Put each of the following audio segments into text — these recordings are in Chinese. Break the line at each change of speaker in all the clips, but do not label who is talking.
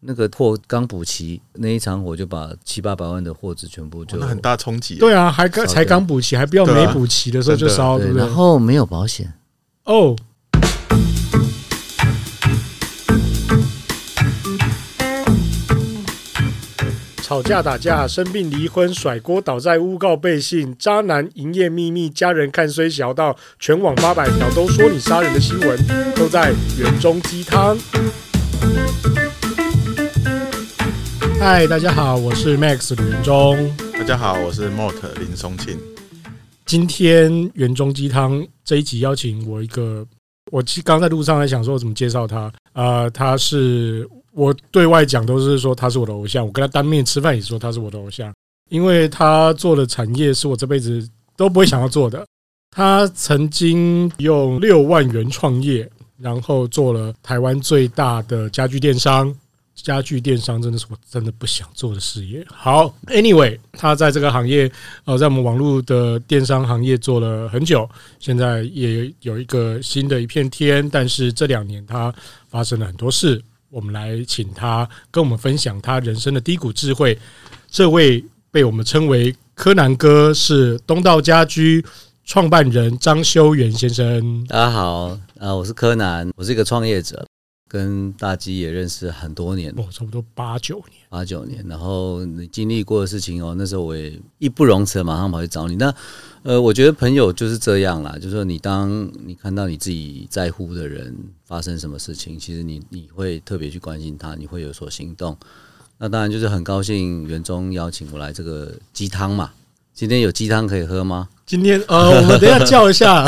那个货刚补齐那一场，我就把七八百万的货值全部就
哦那很大冲击。
对啊，还刚
少
才
的
刚补齐，还不要
对
没
啊
补齐的时候就
真的
烧，哦对
对，
不对
然？后没有保险，
哦，吵架、打架、生病、离婚、甩锅、倒债、诬告、背信、渣男、营业秘密、家人看衰、小到全网八百条都说你杀人的新闻，都在园中鸡汤。嗨，大家好，我是 Max 吕园中。
大家好，我是 Mort 林松庆。
今天园中鸡汤这一集邀请我一个，我其实刚在路上在想说我怎么介绍他啊、呃他是我对外讲都是说他是我的偶像，我跟他当面吃饭也说他是我的偶像，因为他做的产业是我这辈子都不会想要做的。他曾经用六万元创业，然后做了台湾最大的家具电商。家具电商真的是我真的不想做的事业。好，Anyway，他在这个行业呃，在我们网络的电商行业做了很久，现在也有一个新的一片天，但是这两年他发生了很多事，我们来请他跟我们分享他人生的低谷智慧。这位被我们称为柯南哥，是东道家居创办人张修元先生。
大家好，啊、我是柯南，我是一个创业者，跟大鸡也认识很多年，
哦，差不多八九年，
八九年，然后你经历过的事情哦，那时候我也义不容辞，马上跑去找你。那呃，我觉得朋友就是这样啦，就是说你当你看到你自己在乎的人发生什么事情，其实你你会特别去关心他，你会有所行动。那当然就是很高兴园中邀请我来这个鸡汤嘛，今天有鸡汤可以喝吗？
今天呃，我们等一下叫一 下，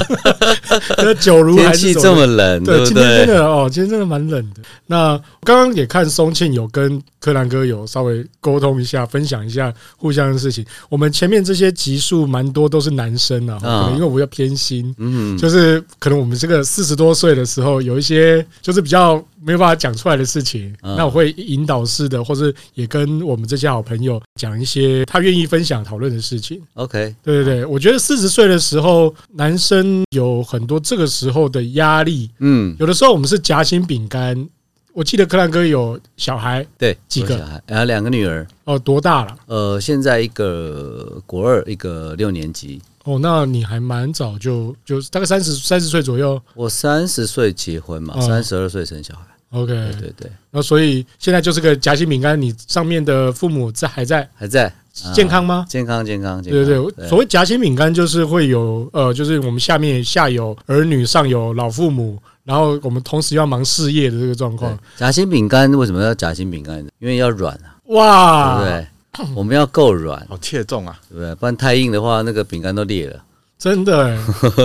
那九如
天
还是
气
走
这么冷，
对，
不
今天真
对？
的哦，今天真的蛮冷的。那刚刚也看松庆有跟柯南哥有稍微沟通一下，分享一下互相的事情。我们前面这些集数蛮多都是男生啊，可
啊
能因为我比较偏心，
嗯，
就是可能我们这个四十多岁的时候，有一些就是比较没有办法讲出来的事情，
嗯
那我会引导式的，或是也跟我们这些好朋友讲一些他愿意分享讨论的事情。
OK，
对对对，我觉得四十岁的时候，男生有很多这个时候的压力，
嗯，
有的时候我们是夹心饼干。我记得柯南哥有小孩
对，
几个
我有小孩，然后两个女儿，
哦，多大了？
呃，现在一个国二，一个六年级。
哦，那你还蛮早就就大概三十三十岁左右。
我三十岁结婚嘛，
嗯
三十二岁生小孩。
OK，
对对对，
那所以现在就是个夹心饼干，你上面的父母在还在
还在啊
健康吗？
健康健康健
对
康。
对对，所谓夹心饼干就是会有呃，就是我们下面下有儿女，上有老父母，然后我们同时要忙事业的这个状况
对。夹心饼干为什么要夹心饼干呢？因为要软啊，对不
哇，
对？ 我们要够软，
好切中啊！
对不对？不然太硬的话，那个饼干都裂了。
真的欸！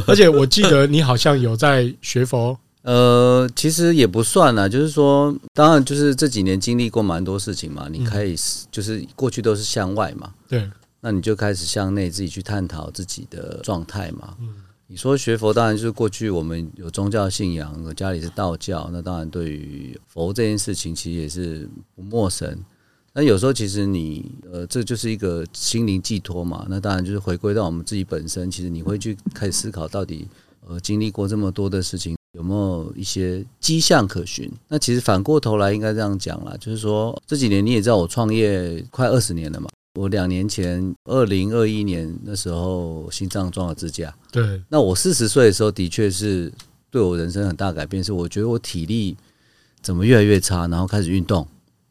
而且我记得你好像有在学佛，
呃，其实也不算啦，就是说，当然就是这几年经历过蛮多事情嘛，
嗯
你可以、就是过去都是向外嘛，
对，
那你就开始向内自己去探讨自己的状态嘛。你说学佛，当然就是过去我们有宗教信仰，我家里是道教，那当然对于佛这件事情其实也是不陌生。那有时候其实你呃，这就是一个心灵寄托嘛。那当然就是回归到我们自己本身，其实你会去开始思考，到底呃经历过这么多的事情，有没有一些迹象可循？那其实反过头来应该这样讲啦，就是说这几年你也知道我创业快二十年了嘛。我两年前，二零二一年那时候心脏装了支架。
对，
那我四十岁的时候，的确是对我人生很大改变，是我觉得我体力怎么越来越差，然后开始运动。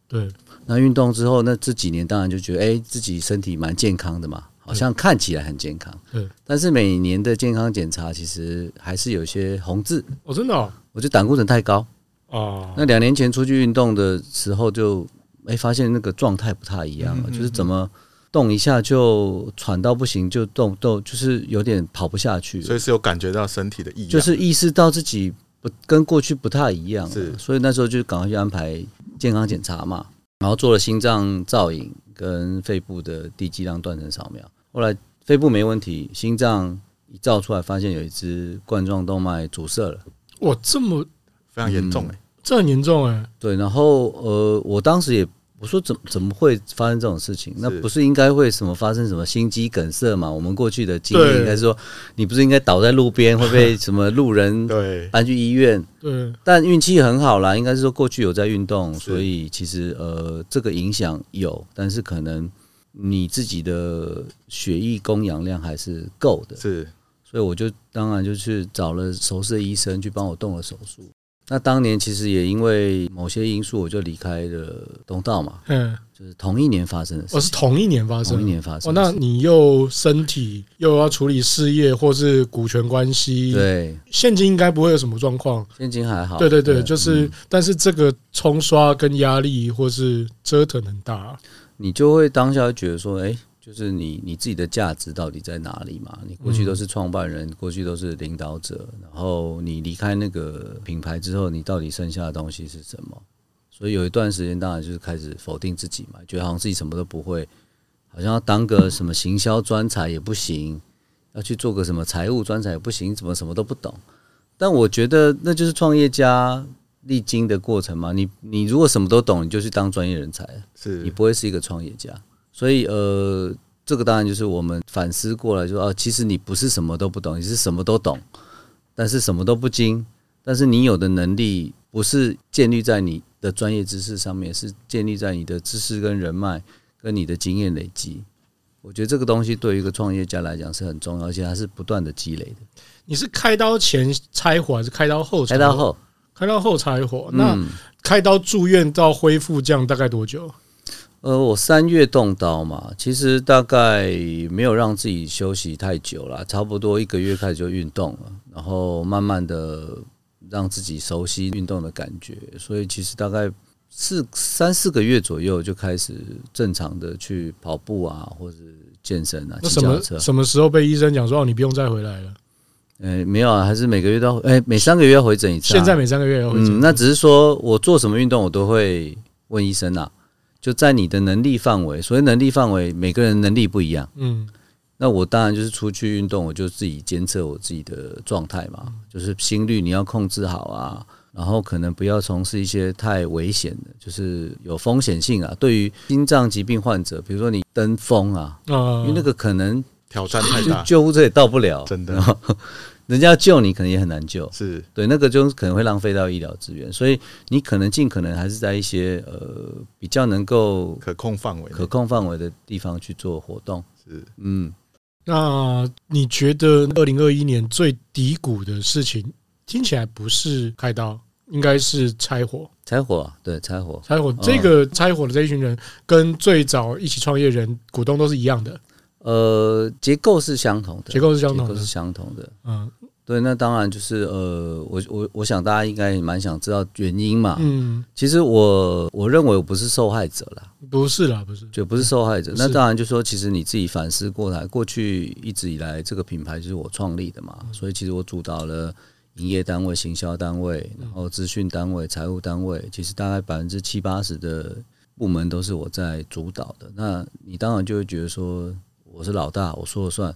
对，
那运动之后，那这几年当然就觉得，哎、自己身体蛮健康的嘛，好像看起来很健康。
对，
但是每年的健康检查其实还是有一些红字，
我、真的哦，
我觉得胆固醇太高。
哦
那两年前出去运动的时候就，哎发现那个状态不太一样
嗯
了，就是怎么动一下就喘到不行，就动动就是有点跑不下去了，
所以是有感觉到身体的异样，
嗯就是意识到自己不跟过去不太一样了，
是
所以那时候就赶快去安排健康检查嘛。然后做了心脏造影跟肺部的低剂量断层扫描。后来肺部没问题，心脏一照出来发现有一只冠状动脉阻塞了。
哇，这么
非常严重
嗯
哎、
这很严重哎、
对，然后呃，我当时也我说怎怎么会发生这种事情？那不是应该会什么发生什么心肌梗塞嘛？我们过去的经验
对
应该说，你不是应该倒在路边会被什么路人
对，
搬去医院？
对，
但运气很好啦，应该是说过去有在运动，所以其实呃这个影响有，但是可能你自己的血液供氧量还是够的，
是
所以我就当然就去找了熟识的医生去帮我动了手术。那当年其实也因为某些因素，我就离开了东道嘛，
嗯，
就是同一年发生的事
我、哦是同一年发
同一
生。
年发
哦，
生的
那
事。
你又身体又要处理事业或是股权关系，
对
现金应该不会有什么状况。
现金还好，
对对对，就是
嗯，
但是这个冲刷跟压力或是折腾很大。
你就会当下会觉得说，哎、就是你你自己的价值到底在哪里嘛？你过去都是创办人，过去都是领导者，然后你离开那个品牌之后，你到底剩下的东西是什么？所以有一段时间，当然就是开始否定自己嘛，觉得好像自己什么都不会，好像要当个什么行销专才也不行，要去做个什么财务专才也不行，怎么什么都不懂。但我觉得那就是创业家历经的过程嘛。你你如果什么都懂，你就去当专业人才啊了。你
是
不会是一个创业家。所以呃，这个当然就是我们反思过来就，说啊，其实你不是什么都不懂，你是什么都懂，但是什么都不精。但是你有的能力不是建立在你的专业知识上面，是建立在你的知识跟人脉跟你的经验累积。我觉得这个东西对于一个创业家来讲是很重要，而且它是不断的积累的。
你是开刀前拆火还是开刀后拆
开
火？
到后，
开刀后拆火。那
嗯
开刀住院到恢复这样大概多久？
呃，我三月动刀嘛，其实大概没有让自己休息太久啦，差不多一个月开始就运动了，然后慢慢的让自己熟悉运动的感觉，所以其实大概四三四个月左右就开始正常的去跑步啊，或者健身啊，
那
骑
什
脚
么
车。
什么时候被医生讲说哦，你不用再回来了？
呃，没有啊，还是每个月都要哎、每三个月要回诊一次、啊。
现在每三个月要回诊
嗯，那只是说我做什么运动，我都会问医生啦、就在你的能力范围，所谓能力范围，每个人能力不一样。
嗯，
那我当然就是出去运动，我就自己监测我自己的状态嘛，就是心率你要控制好啊，然后可能不要从事一些太危险的，就是有风险性啊。对于心脏疾病患者，比如说你登峰啊，
啊
因为那个可能
挑战太
就
大，
救护车也到不了，
嗯真的
然后 人家要救你可能也很难救，
是
对，那个就可能会浪费到医疗资源，所以你可能尽可能还是在一些呃比较能够
可控范围内，
可控范围的地方去做活动，
是
嗯。
那你觉得二零二一年最低谷的事情，听起来不是开刀，应该是拆伙。
柴火啊，对，柴火，
拆伙这个拆伙的这一群人，跟最早一起创业人股东都是一样的，
呃，结构是相同的，
结构是相同
结构
的
是。相同的。
嗯
对，那当然就是呃，我我我想大家应该也蛮想知道原因嘛。
嗯，
其实我我认为我不是受害者啦，
不是啦，不是。
就不是受害者。
不是
那当然就说，其实你自己反思过来，过去一直以来这个品牌就是我创立的嘛，
嗯
所以其实我主导了营业单位、行销单位，
嗯
然后资讯单位、财务单位，其实大概百分之七八十的部门都是我在主导的。那你当然就会觉得说，我是老大，我说了算，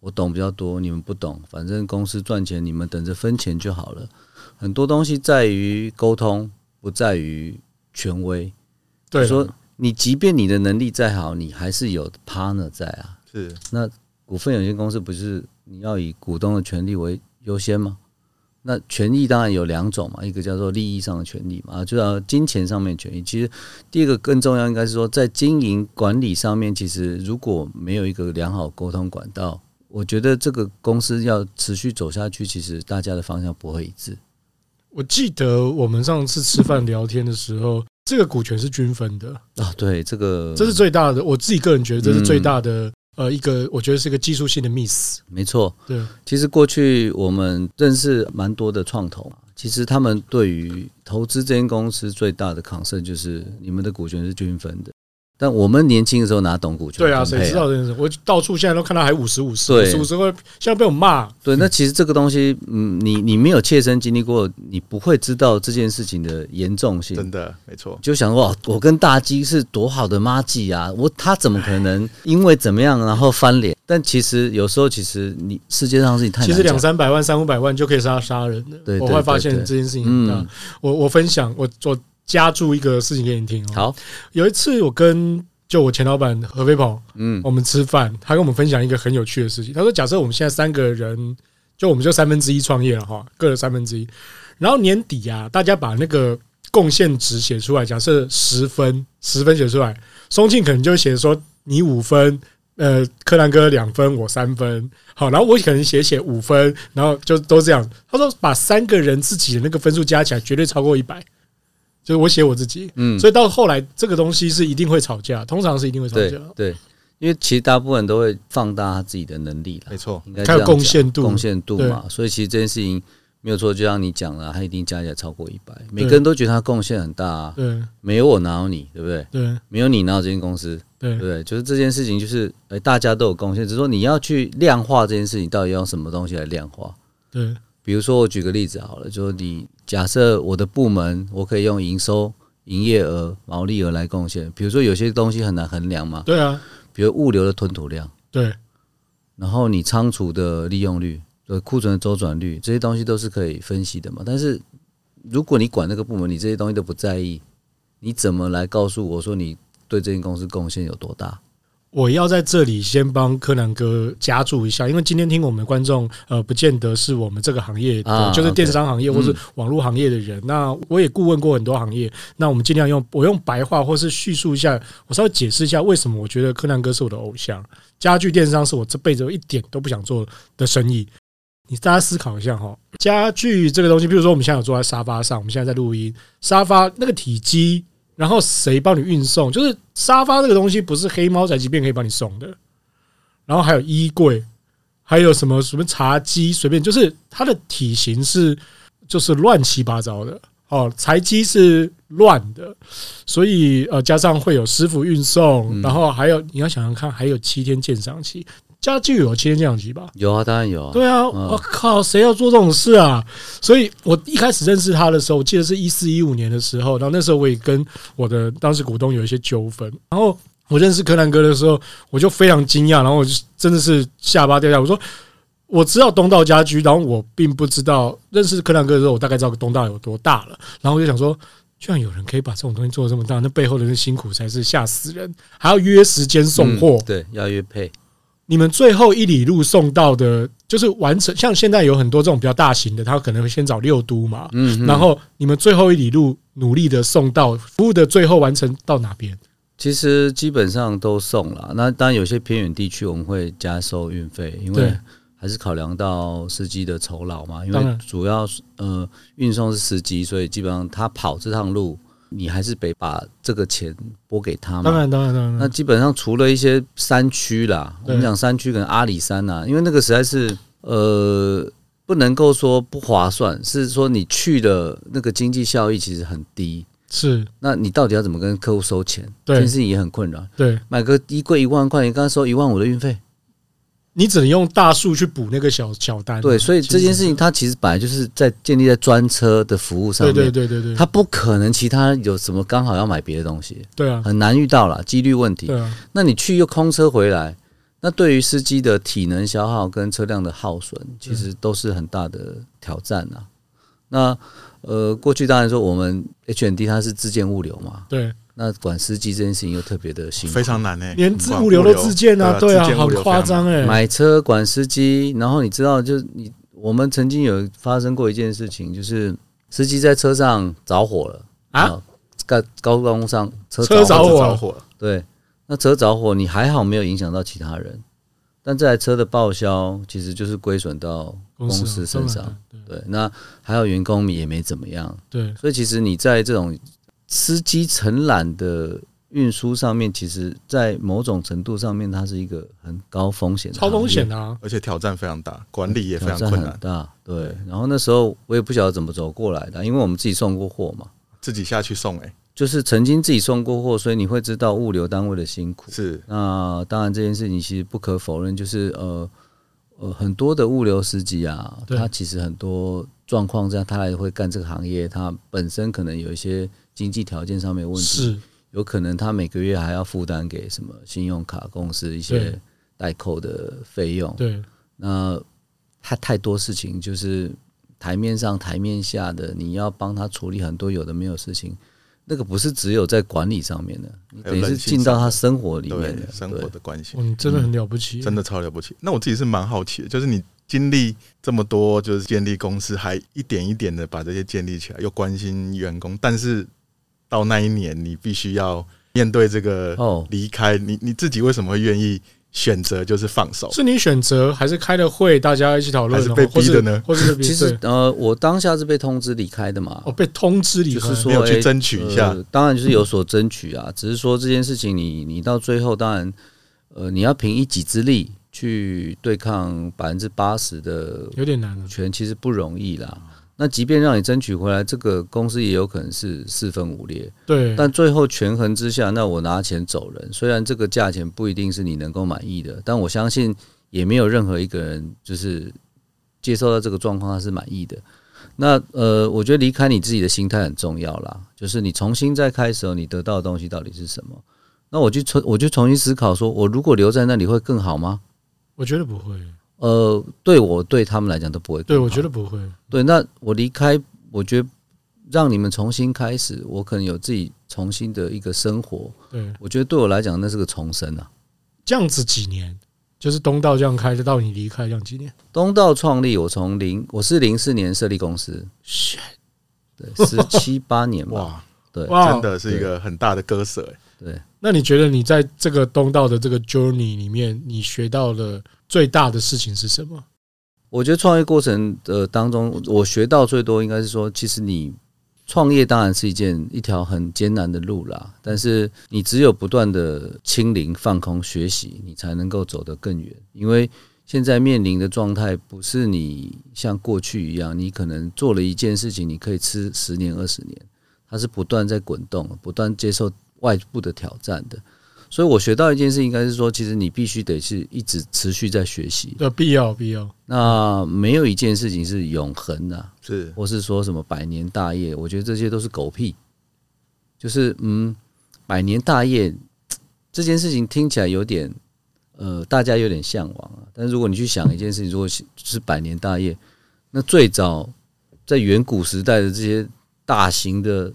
我懂比较多，你们不懂，反正公司赚钱，你们等着分钱就好了。很多东西在于沟通，不在于权威。
对啦，啊
说你即便你的能力再好，你还是有 partner 在啊。
是
股份有限公司不是你要以股东的权利为优先吗？那权益当然有两种嘛，一个叫做利益上的权利嘛，啊，就叫金钱上面的权益。其实第二个更重要，应该是说在经营管理上面，其实如果没有一个良好沟通管道，我觉得这个公司要持续走下去，其实大家的方向不会一致。
我记得我们上次吃饭聊天的时候，这个股权是均分的，
啊，对，这个
这是最大的。我自己个人觉得这是最大
嗯
的，呃，一个我觉得是一个技术性的 miss。
没错。
对，
其实过去我们认识蛮多的创投，啊其实他们对于投资这间公司最大的 concern 就是你们的股权是均分的。但我们年轻的时候哪懂股权
对
分配、
啊，谁知道这件事？我到处现在都看到还五十五十，五
对
十五十会现在被我骂，
对，那其实这个东西，嗯，你你没有切身经历过，你不会知道这件事情的严重性。
真的没错，
就想哇，我跟大鸡是多好的妈鸡啊！我他怎么可能因为怎么样然后翻脸？但其实有时候，其实你世界上的事情太难
其
讲
实两三百万、三五百万就可以杀杀人了。
对对
我会发
对
现
对
这件事情很大
嗯。
我我分享，我我加注一个事情给你听哦。
好，
有一次我跟就我前老板何飞鹏，
嗯
我们吃饭，他跟我们分享一个很有趣的事情。他说，假设我们现在三个人，就我们就三分之一创业了哈，各人三分之一。然后年底啊，大家把那个贡献值写出来，假设十分，十分写出来，松庆可能就写说你五分。呃，柯南哥两分，我三分，好，然后我可能写写五分，然后就都这样。他说把三个人自己的那个分数加起来，绝对超过一百，就是我写我自己，
嗯，
所以到后来，这个东西是一定会吵架，通常是一定会吵
对
架。
对，因为其实大部分人都会放大他自己的能力啦
没，错，
应该
还有
这样讲
贡献度
贡献度嘛。所以其实这件事情没有错，就像你讲了，他一定加起来超过一百，每个人都觉得他贡献很大啊，
对
没有我哪有你，对不对？
对
没有你哪有这间公司？
对
对不对？就是这件事情，就是哎、大家都有贡献，只是说你要去量化这件事情，到底要用什么东西来量化？
对
比如说，我举个例子好了，就是你假设我的部门，我可以用营收、营业额、毛利额来贡献。比如说，有些东西很难衡量嘛，
对啊，
比如物流的吞吐量，
对
然后你仓储的利用率、呃库存的周转率，这些东西都是可以分析的嘛。但是如果你管那个部门，你这些东西都不在意，你怎么来告诉我说你对这间公司贡献有多大？
我要在这里先帮柯南哥加注一下，因为今天听我们的观众，呃，不见得是我们这个行业的，
啊
就是电
OK
商行业或是网络行业的人。那我也顾问过很多行业，那我们尽量用我用白话或是叙述一下，我稍微解释一下为什么我觉得柯南哥是我的偶像。家具电商是我这辈子一点都不想做的生意。你大家思考一下哈，家具这个东西，比如说我们现在有坐在沙发上，我们现在在录音，沙发那个体积，然后谁帮你运送？就是沙发这个东西不是黑猫宅急便可以帮你送的，然后还有衣柜，还有什么什么茶几，随便就是它的体型是就是乱七八糟的哦，茶几是乱的，所以呃加上会有师傅运送，
嗯
然后还有你要想想看，还有七天鉴赏期，家具有七天鉴赏期吧？
有啊，当然有啊。
对啊，
嗯
我靠，谁要做这种事啊？所以我一开始认识他的时候，我记得是一四一五年的时候，然后那时候我也跟我的当时股东有一些纠纷，然后我认识柯南哥的时候，我就非常惊讶，然后我就真的是下巴掉下来，我说。我知道东道家居，然后我并不知道认识柯南哥的时候，我大概知道东道有多大了。然后我就想说，居然有人可以把这种东西做的这么大，那背后的人辛苦才是吓死人，还要约时间送货、
嗯对，要约配，
你们最后一里路送到的，就是完成，像现在有很多这种比较大型的，他可能会先找六都嘛，
嗯
然后你们最后一里路努力的送到服务的最后完成到哪边？
其实基本上都送了。那当然有些偏远地区我们会加收运费，因为
对
还是考量到司机的酬劳嘛，因
当然
为主要是呃运送是司机，所以基本上他跑这趟路，你还是得把这个钱拨给他啊
当
嘛。
然，当然，当
那
然，
基本上除了一些山区啦，我们
对
讲山区可能阿里山呐、因为那个实在是呃不能够说不划算，是说你去的那个经济效益其实很低。
是
那你到底要怎么跟客户收钱？
对
这件事情也很困扰。
对，
买个衣柜一万块，你刚刚收一万五的运费，
你只能用大数去补那个小小单。
对，所以这件事情
其实，
它其实本来就是在建立在专车的服务上
对
面，
对对对对，
它不可能其他有什么刚好要买别的东西，
对啊，
很难遇到啦，几率问题
对。啊，
那你去又空车回来，那对于司机的体能消耗跟车辆的耗损，其实都是很大的挑战啊。那呃，过去当然说我们 H&D 它是自建物流嘛，
对，
那管司机这件事情又特别的辛苦，
非常难欸诶，
嗯连
很
自
棒
物流都自建啊，对啊，
自建
好
物流
夸
非常
张哎，
买车管司机，然后你知道，就是你我们曾经有发生过一件事情，就是司机在车上着火了
啊，
高高速上车
车着
难，
火
着火了，
对，那车着火，你还好没有影响到其他人，但这台车的报销其实就是归损到公
啊
司身
当
上
然，对
对，那还有员工也没怎么样，
对
所以其实你在这种司机承揽的。运输上面，其实，在某种程度上面，它是一个很高风险的
超风
行业
险啊，
而且挑战非常大，管理也
嗯
非
挑
常
战
困
啊很
难，
大，对。然后那时候我也不晓得怎么走过来的，因为我们自己送过货嘛，
自己下去送诶，
就是曾经自己送过货，所以你会知道物流单位的辛苦。
是
那当然这件事情其实不可否认，就是呃呃很多的物流司机啊，
对
他其实很多状况下他也会干这个行业，他本身可能有一些经济条件上面的问题，
是
有可能他每个月还要负担给什么信用卡公司一些
对
代扣的费用。
对
那他太多事情，就是台面上、台面下的，你要帮他处理很多有的没有事情。那个不是只有在管理上面的，你
还有
等于是
人性
进到
上
他
的
生活里面
对
的。
生活的关系
哇，哦你真的很了不起，
真的超了不起。那我自己是蛮好奇的，就是你经历这么多，就是建立公司，还一点一点的把这些建立起来，又关心员工，但是到那一年，你必须要面对这个
哦
离开，你你自己为什么会愿意选择就是放手？
是你选择还是开了会大家一起讨论
还
哦，
是被逼的呢
或是或是被逼
其实
对
呃，我当下是被通知离开的嘛，
哦被通知离
就
开，
是说
没有去
哎
争取一下
呃当然就是有所争取啊，只是说这件事情你你到最后当然呃你要凭一己之力去对抗百分之八十的
有点难了
股，权其实不容易啦。那即便让你争取回来，这个公司也有可能是四分五裂。
对，
但最后权衡之下，那我拿钱走人，虽然这个价钱不一定是你能够满意的，但我相信也没有任何一个人就是接受到这个状况他是满意的。那呃，我觉得离开你自己的心态很重要啦，就是你重新再开始哦，你得到的东西到底是什么？那我就重我就重新思考说，我如果留在那里会更好吗？
我觉得不会，
呃，对我对他们来讲都不会更
对
好。
我觉得不会，
对，那我离开，我觉得让你们重新开始，我可能有自己重新的一个生活。
对，
我觉得对我来讲，那是个重生啊。
这样子几年，就是东道这样开，就到你离开这样几年，
东道创立，我从零，我是零四年设立公司，对，十七八年吧，
哇，
对
哇
真的是一个很大的割舍、欸
对。
那你觉得你在这个东道的这个 journey 里面，你学到的最大的事情是什么？
我觉得创业过程呃当中，我学到最多应该是说，其实你创业当然是一件一条很艰难的路啦，但是你只有不断的清零、放空、学习，你才能够走得更远。因为现在面临的状态不是你像过去一样，你可能做了一件事情，你可以吃十年、二十年，它是不断在滚动，不断接受外部的挑战的。所以我学到一件事，应该是说，其实你必须得是一直持续在学习。
呃，必要必要，
那没有一件事情是永恒的、啊
是
或是说什么百年大业，我觉得这些都是狗屁。就是嗯，百年大业这件事情听起来有点呃，大家有点向往啊。但是如果你去想一件事情，如果是是百年大业，那最早在远古时代的这些大型的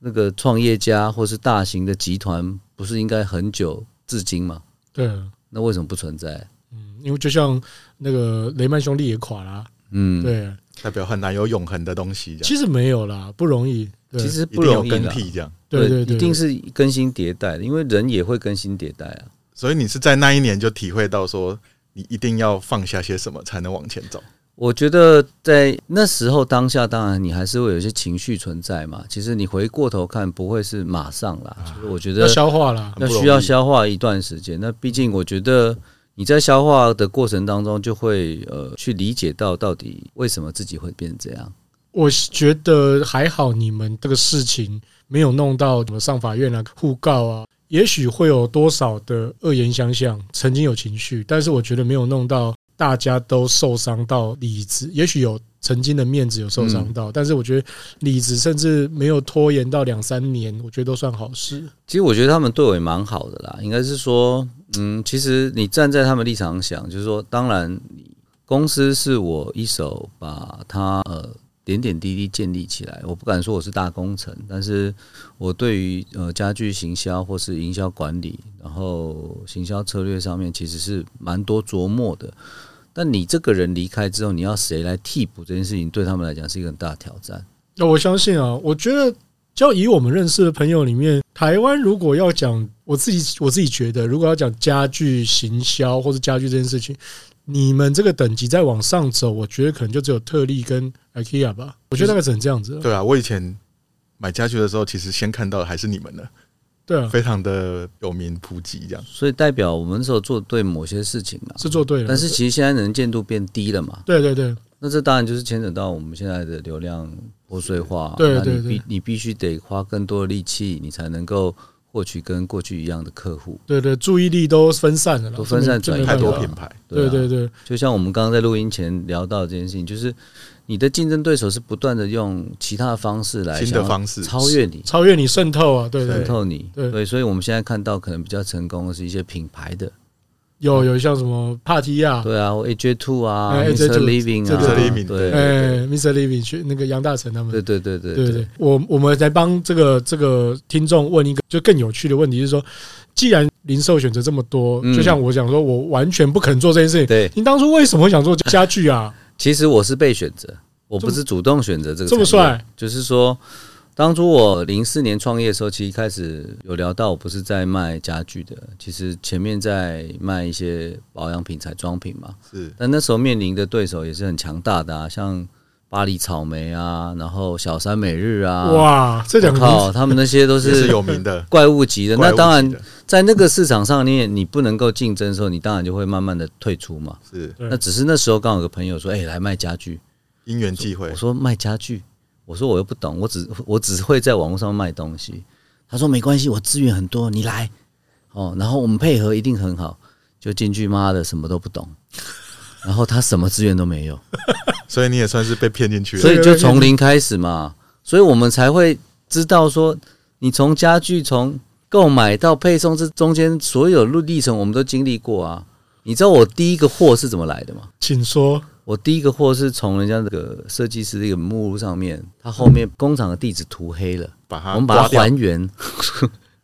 那个创业家或是大型的集团，不是应该很久至今吗？
对，
那为什么不存在？
嗯，因为就像那个雷曼兄弟也垮啦，
嗯，
对，
代表很难有永恒的东西，这样
其实没有啦，不容易，对
其实
一
不
定有
容易啊
更
啦
替这样。
对对对，
一定是更新迭代的，因为人也会更新迭代啊。
所以你是在那一年就体会到说，你一定要放下些什么才能往前走。
我觉得在那时候当下，当然你还是会有一些情绪存在嘛。其实你回过头看，不会是马上啦，就是我觉
啊要
得
消化啦，
很
要
不容
需要
易
消化一段时间。那毕竟我觉得你在消化的过程当中，就会呃去理解到到底为什么自己会变这样。
我觉得还好，你们这个事情没有弄到什么上法院啊、互告啊，也许会有多少的恶言相向，曾经有情绪，但是我觉得没有弄到大家都受伤到理智，也许有曾经的面子有受伤到，但是我觉得理智甚至没有拖延到两三年，我觉得都算好事。
其实我觉得他们对我也蛮好的啦，应该是说，嗯，其实你站在他们立场想，就是说，当然，公司是我一手把它呃点点滴滴建立起来，我不敢说我是大工程，但是我对于呃家具行销或是营销管理，然后行销策略上面其实是蛮多琢磨的。但你这个人离开之后，你要谁来替补这件事情，对他们来讲是一个很大的挑战。
那我相信啊，我觉得就以我们认识的朋友里面，台湾如果要讲我自己，我自己觉得，如果要讲家具行销或者家具这件事情，你们这个等级再往上走，我觉得可能就只有特例跟 IKEA 吧。我觉得大概只能这样子了。
对啊，我以前买家具的时候，其实先看到的还是你们的，
对
嗯
啊，
非常的有名普及这样。
所以代表我们那时候做对某些事情啊了，
是做对了。
但是其实现在能见度变低了嘛，
对对对，
那这当然就是牵扯到我们现在的流量破碎化，
对
那
对
你
对
必你必须得花更多的力气，你才能够获取跟过去一样的客户。
对对，注意力都分散了啦，
都分散
这
转
没
移
这
太
没办
多
法
品牌，
对
啊
对对，
就像我们刚刚在录音前聊到这件事情，就是你的竞争对手是不断的用其他的方式来
新
想
的
要
方式
超越你、
超越你渗透啊，对
渗
对，
透你。
对
对，所以我们现在看到可能比较成功的是一些品牌的，
有有像什么帕提亚，
对啊或，AJ Two 啊
哎
，Mr.
AJ2
Living
这
啊
个
这个
对
哎，Mr. Living 去那个杨大成他们，
对对对对
对对，我我们来帮这个这个听众问一个就更有趣的问题，是说，既然零售选择这么多，
嗯
就像我讲说，我完全不可能做这件事情。
对，
你当初为什么想做家具啊？
其实我是被选择，我不是主动选择这个
这么
产业
帅，
就是说，当初我零四年创业的时候，其实一开始有聊到，我不是在卖家具的，其实前面在卖一些保养品、彩妆品嘛。
是
但那时候面临的对手也是很强大的啊，像巴黎草莓啊，然后小山每日啊，，
哇，这两个名字
靠，他们那些都
也是
是
有名的。
怪物级的。
怪物
那当
级
然
的，
在那个市场上，你也你不能够竞争的时候，你当然就会慢慢的退出嘛。
是
对
那只是那时候刚好有个朋友说，哎、来卖家具。
因缘际会
我，说卖家具，我说我又不懂，我只我只会在网络上卖东西。他说没关系，我资源很多，你来哦，然后我们配合一定很好。就进去，妈的什么都不懂，然后他什么资源都没有，
所以你也算是被骗进去了。
所以就从零开始嘛，所以我们才会知道说，你从家具从购买到配送这中间所有路历程，我们都经历过啊。你知道我第一个货是怎么来的吗？
请说。
我第一个货是从人家那个设计师的一个目录上面，他后面工厂的地址涂黑了，
把它
我们把它
刮掉
还原，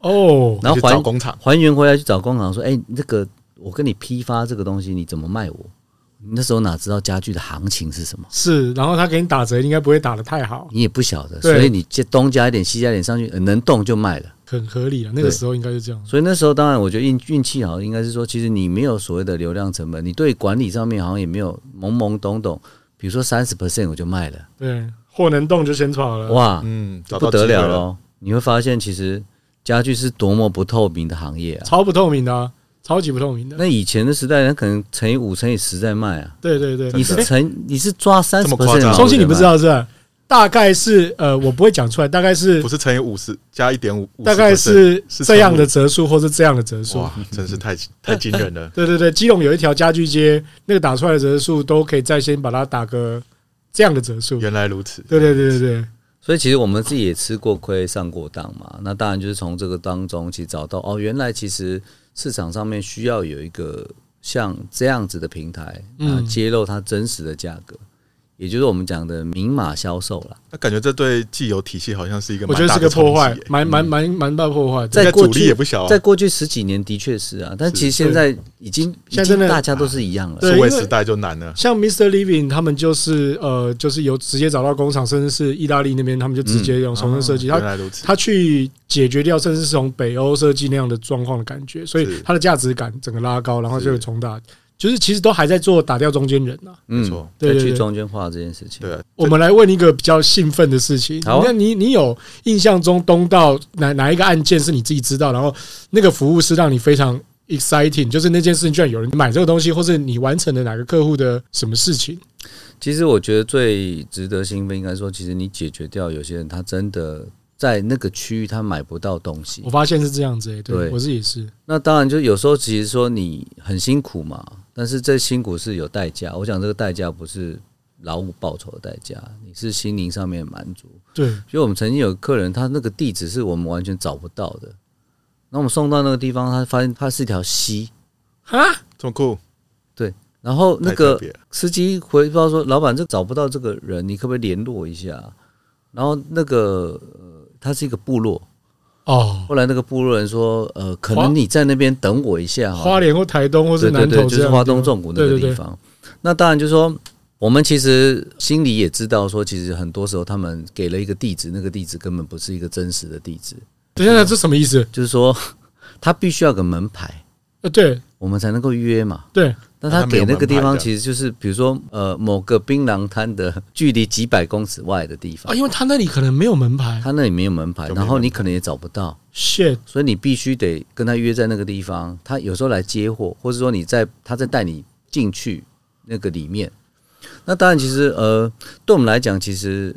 哦，
然后
去找
还
工厂，
还原回来去找工厂说：“哎、那个我跟你批发这个东西，你怎么卖我？”你那时候哪知道家具的行情是什么？
是，然后他给你打折，应该不会打得太好，
你也不晓得，
对
所以你这东加一点西加一点上去，呃能动就卖了。
很合理了。啊那个
对
时候应该就这样。
所以那时候当然，我觉得运运气好，应该是说，其实你没有所谓的流量成本，你对管理上面好像也没有懵懵懂懂。比如说三十 percent 我就卖了，
对，货能动就先闯了。
哇，
嗯，找
不
到
得
机会
了喽！你会发现，其实家具是多么不透明的行业啊！
超不透明的、啊，超级不透明的。
那以前的时代，人可能乘以五、乘以十在卖啊。
对对对，
你是乘，你是抓三
这
十
么夸张
哎松信，你不知道是吧？大概是呃，我不会讲出来，大概是
不是乘以五十加一点五，
大概是
是
这样的
乘
折数，或是这样的折
以
数。。
哇，真是太太惊人了
对对对，基隆有一条家具街，那个打出来的折数都可以再先把它打个这样的折数。
原来如此，
对对对对对，
所以其实我们自己也吃过亏、上过当嘛。那当然就是从这个当中去找到哦，原来其实市场上面需要有一个像这样子的平台，
嗯
啊，揭露它真实的价格，也就是我们讲的明码销售啦。
那感觉这对既有体系好像是一个
我
蛮
觉得
大
是
的
个破坏
冲击，耶嗯
蛮蛮蛮蛮大破坏的。
在
应该
过
阻力
去
也不小啊
在。过去十几年的确是啊，但
是
其实现在已经
现
已
在真
经
的
大家都是一样了。
对
数位
因为
时代就难了，
像 Mr. Living 他们就是呃，就是有直接找到工厂，甚至是意大利那边，他们就直接用重新设计。
啊
他
原来如此，
他去解决掉，甚至是从北欧设计那样的状况的感觉，所以
是
它的价值感整个拉高，然后就有
是
重大，就是其实都还在做打掉中间人啊。
嗯
没错
对
再
对
去
对
中间化这件事情。
对啊，
我们来问一个比较兴奋的事情，
好啊
那你你有印象中东道哪哪一个案件是你自己知道，然后那个服务是让你非常 exciting，就是那件事情居然有人买这个东西，或是你完成了哪个客户的什么事情？
其实我觉得最值得兴奋，应该说，其实你解决掉有些人，他真的在那个区域他买不到东西
我。发现是这样子、欸，
嗯
对
对
我自己也是，
那当然，就有时候其实说你很辛苦嘛，但是这辛苦是有代价。我讲这个代价不是劳务报酬的代价，你是心灵上面的满足。
对，
就我们曾经有客人，他那个地址是我们完全找不到的。那我们送到那个地方，他发现它是一条溪，
啊，
这么酷，
然后那
太特
个
别了
司机回报说：“老板，这找不到这个人，你可不可以联络一下？”然后那个呃，他是一个部落，
哦，
后来那个部落人说：“呃，可能
花
你在那边等我一下好了，
花莲或台东或是
对对
南
对，
投
就
这
是
样的地方，
花东纵谷那个
对对
地
对
方。那当然就是说，我们其实心里也知道说，其实很多时候他们给了一个地址，那个地址根本不是一个真实的地址，
等一下，这什么意思？
就是说 他必须要有个门牌，
呃，对
我们才能够约嘛。
对，
那
那
他
他没
给
有
那个地
门牌
方
的
其实就是，比如说呃某个槟榔摊的 距离几百公尺外的地
啊，
方，
因为他那里可能没有门牌
他那里没有门牌，
哎就没
然后
门
你可能也找不到。
，shit，
所以你必须得跟他约在那个地方。他有时候来接货，或者说你在他在带你进去那个里面。那当然，其实呃，对我们来讲，其实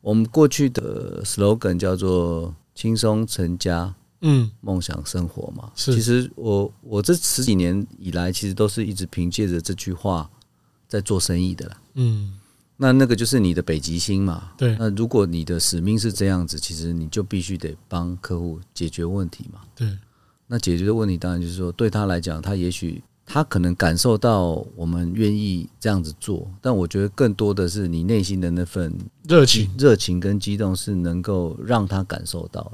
我们过去的 slogan 叫做“轻松成家，
嗯
梦想生活”嘛。
是
其实我我这十几年以来，其实都是一直凭借着这句话在做生意的啦。
嗯，
那那个就是你的北极星嘛。
对
那如果你的使命是这样子，其实你就必须得帮客户解决问题嘛。
对，
那解决的问题当然就是说，对他来讲，他也许他可能感受到我们愿意这样子做，但我觉得更多的是你内心的那份
热情，
热情跟激动是能够让他感受到的。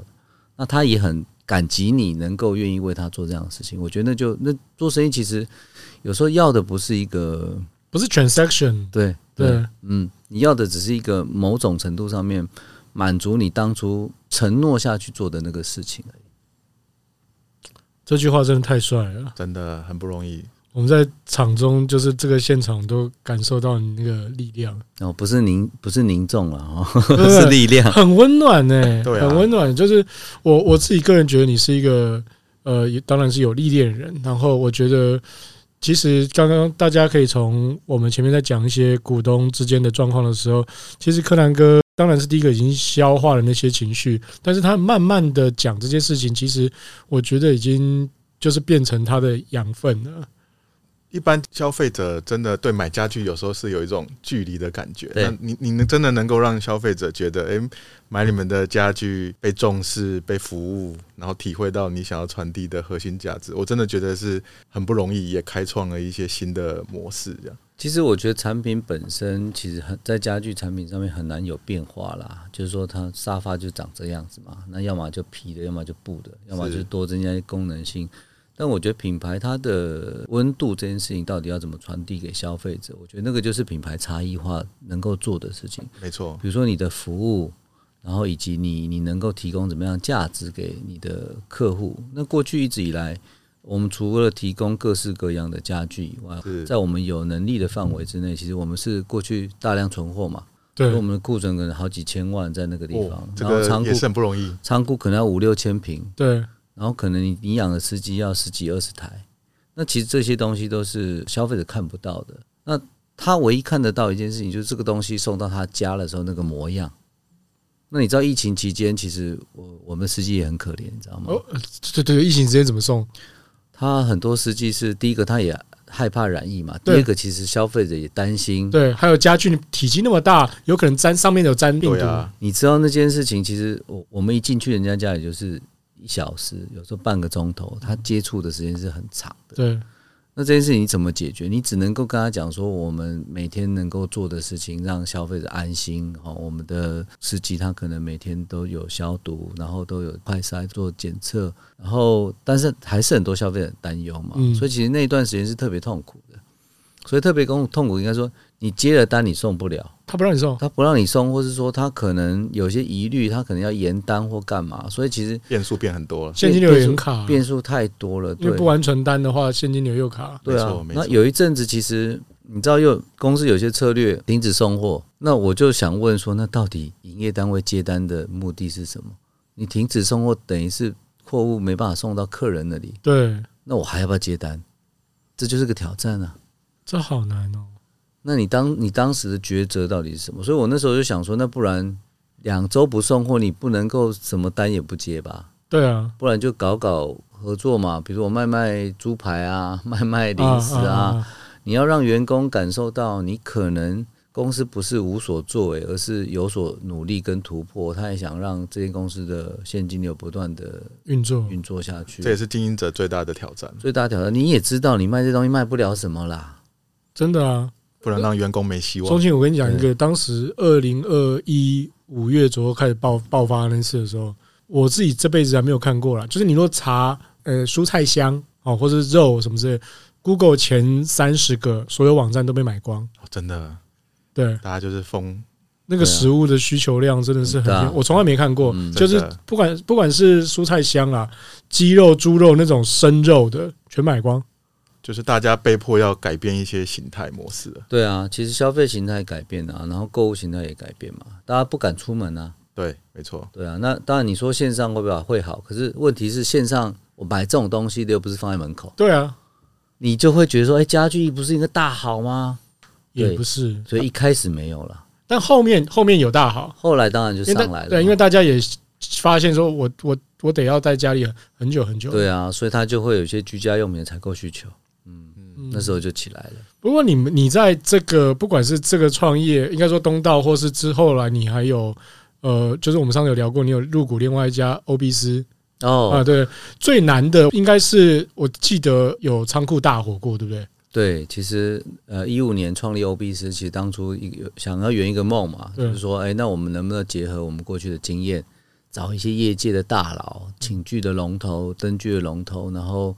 那他也很感激你能够愿意为他做这样的事情。我觉得那就那做生意其实有时候要的不是一个
不是 transaction，
对
对，
嗯，你要的只是一个某种程度上面满足你当初承诺下去做的那个事情而已。
这句话真的太帅了。
真的很不容易。
我们在场中，就是这个现场都感受到你那个力量，
哦，不是凝不是凝重了
对
哦， 是力量。
很温暖呢、
对啊
很温暖。就是我我自己个人觉得你是一个呃，也当然是有历练的人。然后我觉得，其实刚刚大家可以从我们前面在讲一些股东之间的状况的时候，其实柯南哥当然是第一个已经消化了那些情绪，但是他慢慢的讲这件事情，其实我觉得已经就是变成他的养分了。
一般消费者真的对买家具有时候是有一种距离的感觉。
对
那你你能真的能够让消费者觉得，诶，买你们的家具被重视、被服务，然后体会到你想要传递的核心价值，我真的觉得是很不容易，也开创了一些新的模式。这样，
其实我觉得产品本身其实很在家具产品上面很难有变化啦，就是说它沙发就长这样子嘛，那要么就皮的，要么就布的，要么就是多增加一些功能性。但我觉得品牌它的温度这件事情到底要怎么传递给消费者，我觉得那个就是品牌差异化能够做的事情。
没错，
比如说你的服务，然后以及你你能够提供怎么样价值给你的客户。那过去一直以来，我们除了提供各式各样的家具以外
是，
在我们有能力的范围之内，其实我们是过去大量存货嘛，
对
所以我，们的库存可能好几千万在那个地
嗯哦
方，，
这
然后
个
仓
也是
库
很不容易。
仓库可能要五六千平，
对，
然后可能你你养的司机要十几二十台，那其实这些东西都是消费者看不到的。那他唯一看得到一件事情，就是这个东西送到他家的时候那个模样。那你知道疫情期间，其实我我们司机也很可怜，你知道吗？
哦，对对，疫情之间怎么送？
他很多司机是第一个他也害怕染疫嘛，第
对
二个其实消费者也担心。
对，还有家具体积那么大，有可能沾上面有沾病
对
毒。
啊，
你知道那件事情，其实我我们一进去人家家里就是一小时，有时候半个钟头，他接触的时间是很长的。
对，
那这件事情你怎么解决？你只能够跟他讲说，我们每天能够做的事情，让消费者安心。哦，我们的司机他可能每天都有消毒，然后都有快筛做检测，然后但是还是很多消费者很担忧嘛，
嗯
所以其实那一段时间是特别痛苦的。所以特别痛痛苦，应该说你接了单你送不了，
他不让你送，
他不让你送，或是说他可能有些疑虑，他可能要延单或干嘛。所以其实
变数变很多了。
现金流也很卡，
变数太多了，
因
对
为，不完传单的话，现金流又卡。
对
没
啊
错，没错
那有一阵子其实你知道又，公司有些策略停止送货，那我就想问说，那到底营业单位接单的目的是什么？你停止送货，等于是货物没办法送到客人那里，
对，
那我还要不要接单？这就是个挑战啊！
这好难哦。
那你当你当时的抉择到底是什么？所以我那时候就想说，那不然两周不送货，你不能够什么单也不接吧？
对啊，
不然就搞搞合作嘛，比如我卖卖猪排啊，卖卖零食啊你要让员工感受到你可能公司不是无所作为，而是有所努力跟突破。他也想让这间公司的现金流不断的
运作，
运作下去
这。也是经营者最大的挑战，
最大挑战，你也知道，你卖这东西卖不了什么啦。
真的啊。
不能让员工没希
钟
望。
庆，我跟你讲一
对
个，当时二零二一五月左右开始爆爆发那次的时候，我自己这辈子还没有看过啦。就是你若查呃蔬菜箱哦，或者是肉什么之类的，Google 前三十个所有网站都被买光。
哦真的，
对，
大家就是疯
那个
对啊
食物的需求量真的是很
很大
天，我从来没看过，
嗯
就是
真的
不管不管是蔬菜香啦、鸡肉、猪肉那种生肉的，全买光。
就是大家被迫要改变一些形态模式了。
对啊，其实消费形态改变啊，然后购物形态也改变嘛，大家不敢出门啊。
对，没错，
对啊，那当然你说线上会不会好会好，可是问题是线上我买这种东西的又不是放在门口，
对啊，
你就会觉得说，哎、家具不是应该大好吗？
也
对
不是，
所以一开始没有了。
但后面后面有大好，
后来当然就
因为
上来
大
了嘛，
对，因为大家也发现说我我我得要在家里很久很久。
对啊，所以它就会有一些居家用品的采购需求，
嗯，
那时候就起来了。
不过你们你在这个不管是这个创业，应该说东道，或是之后来，你还有呃，就是我们上次有聊过，你有入股另外一家欧比斯啊，
哦，
对，最难的应该是我记得有仓库大火过，对不对？
对，其实呃，一五年创立 OB 时，其实当初一个想要圆一个梦嘛，
对
就是说，哎、那我们能不能结合我们过去的经验，找一些业界的大佬，
嗯
寝具的龙头、灯具的龙头，然后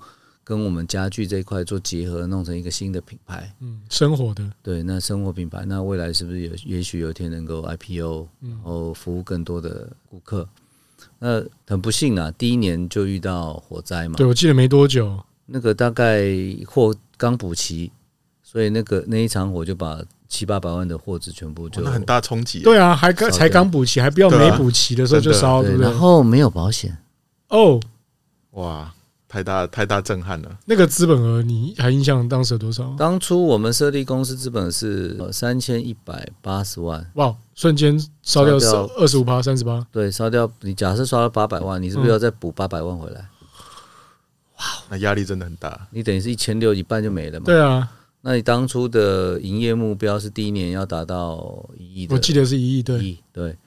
跟我们家具这一块做结合，弄成一个新的品牌。
嗯，生活的，
对，那生活品牌，那未来是不是有也许有一天能够 IPO，然
嗯
后服务更多的顾客？那很不幸啊，第一年就遇到火灾嘛
对，我记得没多久，
那个大概货刚补齐，所以那个那一场火就把七八百万的货值全部就
那很大冲击。
对啊，还刚
烧掉
才刚补齐，还不要
对
没
啊
补齐的时候就
真的
烧，对
对，
不对
然？后没有保险，
哦，
哇，太大太大震撼了。
那个资本额你还印象当时有多少？
当初我们设立公司资本是呃三千一百八十万，
哇，瞬间烧掉
烧嗯
二十五趴、三十八，
对，烧掉你假设烧掉八百万，你是不是
嗯
要再补八百万回来？
那压力真的很大。
你等于是一千六一半就没了嘛？
对啊，
那你当初的营业目标是第一年要达到一亿的，
我记得是一亿，对，嗯
一亿对。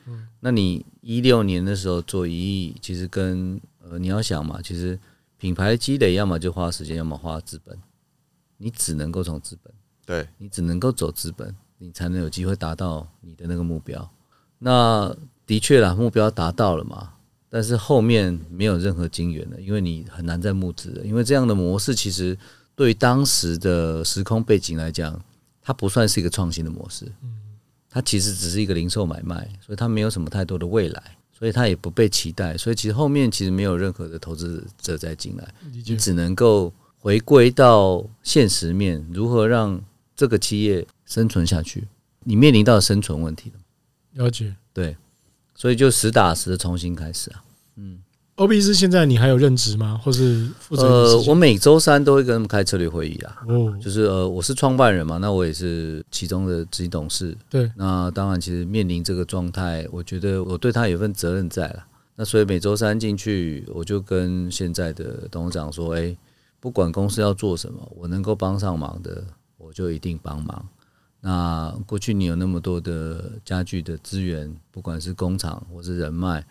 那你一六年的时候做一亿，其实跟呃你要想嘛，其实品牌积累要么就花时间，要么花资本，你只能够从资本，
对，
你只能够走资本，你才能有机会达到你的那个目标。那的确啦，目标达到了嘛，但是后面没有任何金源了，因为你很难再募资了，因为这样的模式其实对于当时的时空背景来讲，它不算是一个创新的模式，它其实只是一个零售买卖，所以它没有什么太多的未来，所以它也不被期待，所以其实后面其实没有任何的投资者再进来，
理解
你。只能够回归到现实面，如何让这个企业生存下去，你面临到生存问题了，
了解。
所以就实打实的重新开始啊。
O B 是现在你还有任职吗？或是负责
呃
什么事，情
我每周三都会跟他们开策略会议啊，
哦，
就是呃，我是创办人嘛，那我也是其中的执行董事。
对，
那当然，其实面临这个状态，我觉得我对他有一份责任在了。那所以每周三进去，我就跟现在的董事长说：“哎、不管公司要做什么，我能够帮上忙的，我就一定帮忙。那过去你有那么多的家具的资源，不管是工厂或是人脉，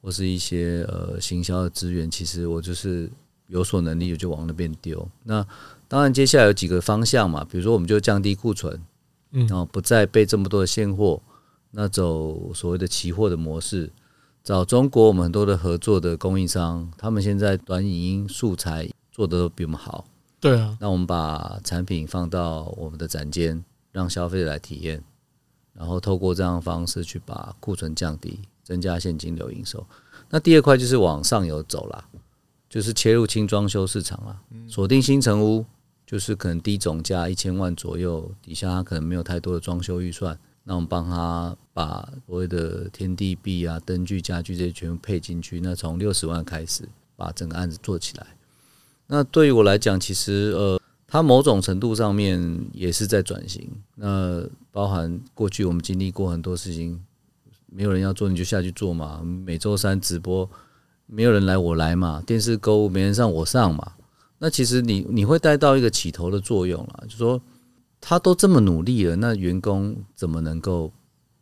或是一些呃行销的资源，其实我就是有所能力，我就往那边丢。那当然，接下来有几个方向嘛，比如说我们就降低库存，
嗯
然后不再备这么多的现货，那走所谓的期货的模式，找中国我们很多的合作的供应商，他们现在短影音素材做的都比我们好，
对啊，
那我们把产品放到我们的展间，让消费者来体验，然后透过这样的方式去把库存降低，增加现金流营收。那第二块就是往上游走啦，就是切入轻装修市场啦，锁定新城屋，就是可能低总价一千万左右，底下他可能没有太多的装修预算，那我们帮他把所谓的天地壁啊、灯具、家具这些全部配进去，那从六十万开始把整个案子做起来。那对于我来讲，其实呃，它某种程度上面也是在转型。那包含过去我们经历过很多事情，没有人要做你就下去做嘛。每周三直播，没有人来我来嘛。电视购物没人上我上嘛。那其实你你会带到一个起头的作用啦，就说他都这么努力了，那员工怎么能够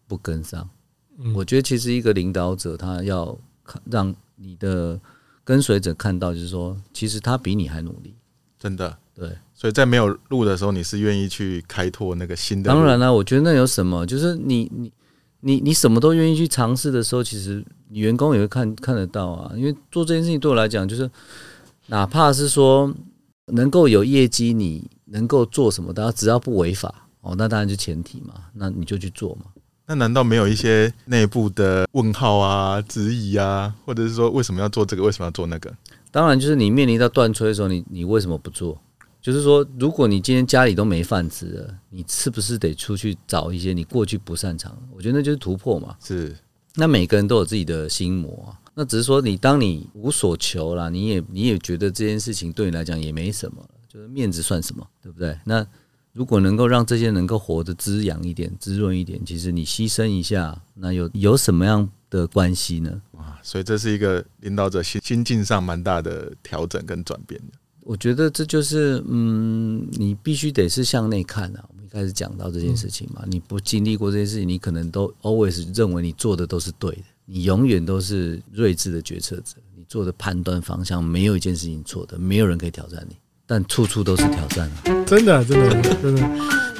不跟上？
嗯
我觉得其实一个领导者他要看让你的跟随者看到，就是说其实他比你还努力。
真的。
对，
所以在没有路的时候，你是愿意去开拓那个新的路。
当然了，我觉得那有什么？就是你你你你什么都愿意去尝试的时候，其实你员工也会看看得到啊。因为做这件事情对我来讲，就是哪怕是说能够有业绩，你能够做什么，大家只要不违法哦，那当然就前提嘛，那你就去做嘛。
那难道没有一些内部的问号啊、质疑啊，或者是说为什么要做这个，为什么要做那个？
当然，就是你面临到断炊的时候，你你为什么不做？就是说，如果你今天家里都没饭吃了，你是不是得出去找一些你过去不擅长的？我觉得那就是突破嘛。
是
那每个人都有自己的心魔、啊，那只是说你当你无所求啦，你也你也觉得这件事情对你来讲也没什么了，就是面子算什么，对不对？那如果能够让这些能够活得滋养一点、滋润一点，其实你牺牲一下，那有有什么样的关系呢？
哇，所以这是一个领导者心心境上蛮大的调整跟转变的。
我觉得这就是，嗯，你必须得是向内看啊。我们一开始讲到这件事情嘛，你不经历过这件事情，你可能都 always 认为你做的都是对的，你永远都是睿智的决策者，你做的判断方向没有一件事情错的，没有人可以挑战你，但处处都是挑战啊。
真的，真的，真的。